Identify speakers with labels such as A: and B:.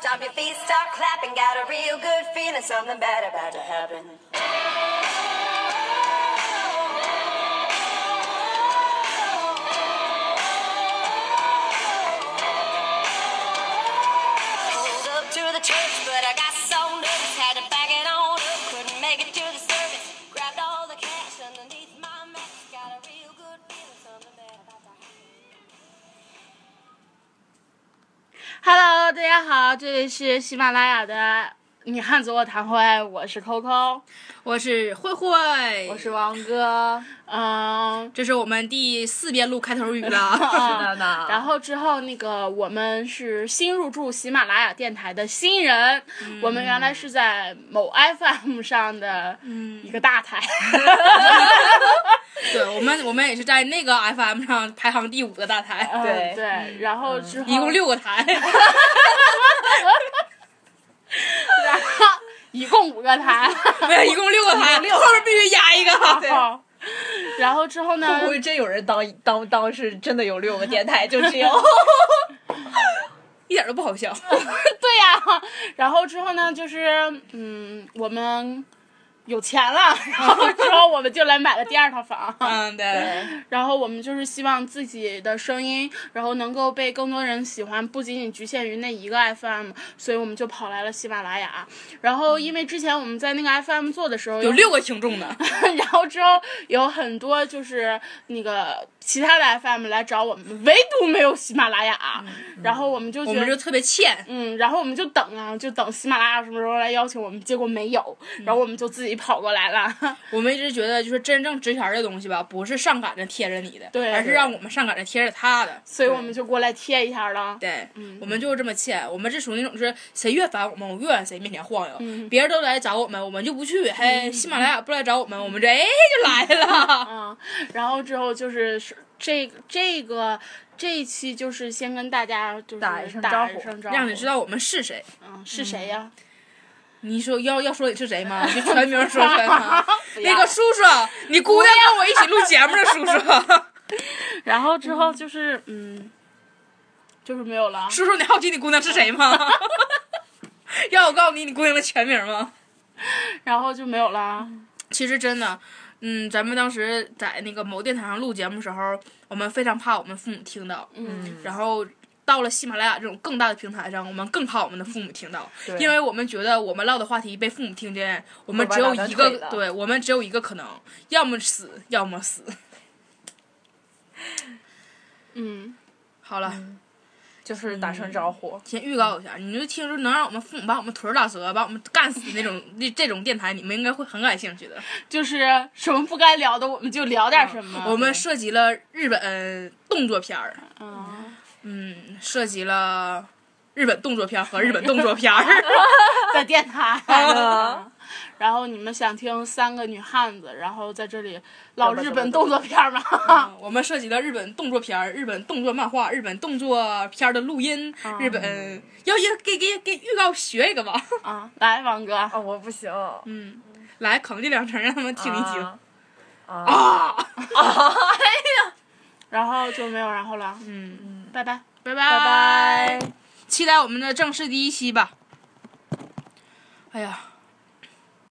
A: Stomp your feet, start clapping. Got a real good feeling, something bad about to happen. Pulled up to the church, but I got so nervous, had to back it on up. Couldn't make it to the service. Grabbed all the cash underneath my mattress. Got a real good feeling, something bad about to happen.
B: Hello，大家好，这里是喜马拉雅的女汉子卧谈会，我是 Coco，
C: 我是慧慧，
B: 我是王哥，嗯。
C: 这是我们第四遍录开 头语了，啊
B: 嗯然后之后，那个我们是新入驻喜马拉雅电台的新人，
C: 嗯
B: 我们原来是在某 FM 上的
C: 嗯
B: 一个大台，
C: 对我们我们也是在那个 FM 上排行第五个大台，嗯
B: 嗯对，然后之后
C: 一共六个台，
B: 然后一共五个台，
C: 没有，一共六个 台，后面必须压一个。
B: 然后然后之后呢？
D: 会不会真有人当当当是真的有六个电台，就只有
C: 一点都不好笑，
B: 对呀、然后之后呢，就是嗯，我们有钱了，然后之后我们就来买了第二套房，
C: 嗯，对，
B: 然后我们就是希望自己的声音，然后能够被更多人喜欢，不仅仅局限于那一个 FM，所以我们就跑来了喜马拉雅。然后因为之前我们在那个 FM 做的时候
C: 有六个听众呢，
B: 然后之后有很多就是那个其他的 FM 来找我们，唯独没有喜马拉雅，
C: 嗯
B: 然后我们就
C: 我
B: 觉
C: 们
B: 得
C: 就特别欠，
B: 嗯，然后我们就等啊，就等喜马拉雅什么时候来邀请我们，结果没有，然后我们就自己跑过来了。
C: 我们一直觉得就是真正值钱儿的东西吧，不是上赶着贴着你的，
B: 对
C: 而是让我们上赶着贴着他的，
B: 所以我们就过来贴一下了。
C: 对，
B: 嗯
C: 我们就是这么欠，我们是属于那种是谁越烦我们，我越往谁面前晃悠，
B: 嗯
C: 别人都来找我们，我们就不去，嘿，喜马拉雅不来找我们，我们这哎就来了，
B: 嗯，然后之后就是是这这个这一期就是先跟大家就是
D: 打一声
B: 打
D: 招呼
B: 声
C: 让你知道我们是谁。
B: 嗯是谁呀、
C: 你说要要说你是谁 吗？就全名说出来吗
B: 不要
C: 那个叔叔，你姑娘跟我一起录节目的叔叔，
B: 然后之后就是嗯，就是没有了。
C: 叔叔，你好奇你姑娘是谁 吗？要我告诉你你姑娘的全名吗？
B: 然后就没有了。
C: 其实真的，嗯，咱们当时在那个某电台上录节目时候，我们非常怕我们父母听到，
B: 嗯，
C: 然后到了喜马拉雅这种更大的平台上，我们更怕我们的父母听到，
D: 对
C: 因为我们觉得我们唠的话题被父母听见，我们只有一
D: 我把他们腿
C: 个
D: 了，
C: 对我们只有一个可能，要么死，要么死。
B: 嗯，
C: 好了，
D: 就是打声招呼。
C: 先预告一下，你就听着能让我们父母把我们腿儿打折、把我们干死那种 那这种电台，你们应该会很感兴趣的。
B: 就是什么不该聊的，我们就聊点什么。
C: 嗯我们涉及了日本、呃动作片儿，
B: 嗯，
C: 嗯，涉及了日本动作片儿和日本动作片儿。
B: 的电台。然后你们想听三个女汉子，然后在这里唠日本动作片儿吗？
C: 啊我们涉及到日本动作片儿、日本动作漫画、日本动作片儿的录音，日本要也给给给预告学一个吧，
B: 啊，来，王哥，
D: 啊，我不行，你
C: 来扛这两成让他们听一听
D: 啊
C: 啊。
B: 然后就没有然后了，
C: 嗯，
B: 拜拜。
C: 拜拜
D: 拜拜。
C: 期待我们的正式第一期吧。哎呀，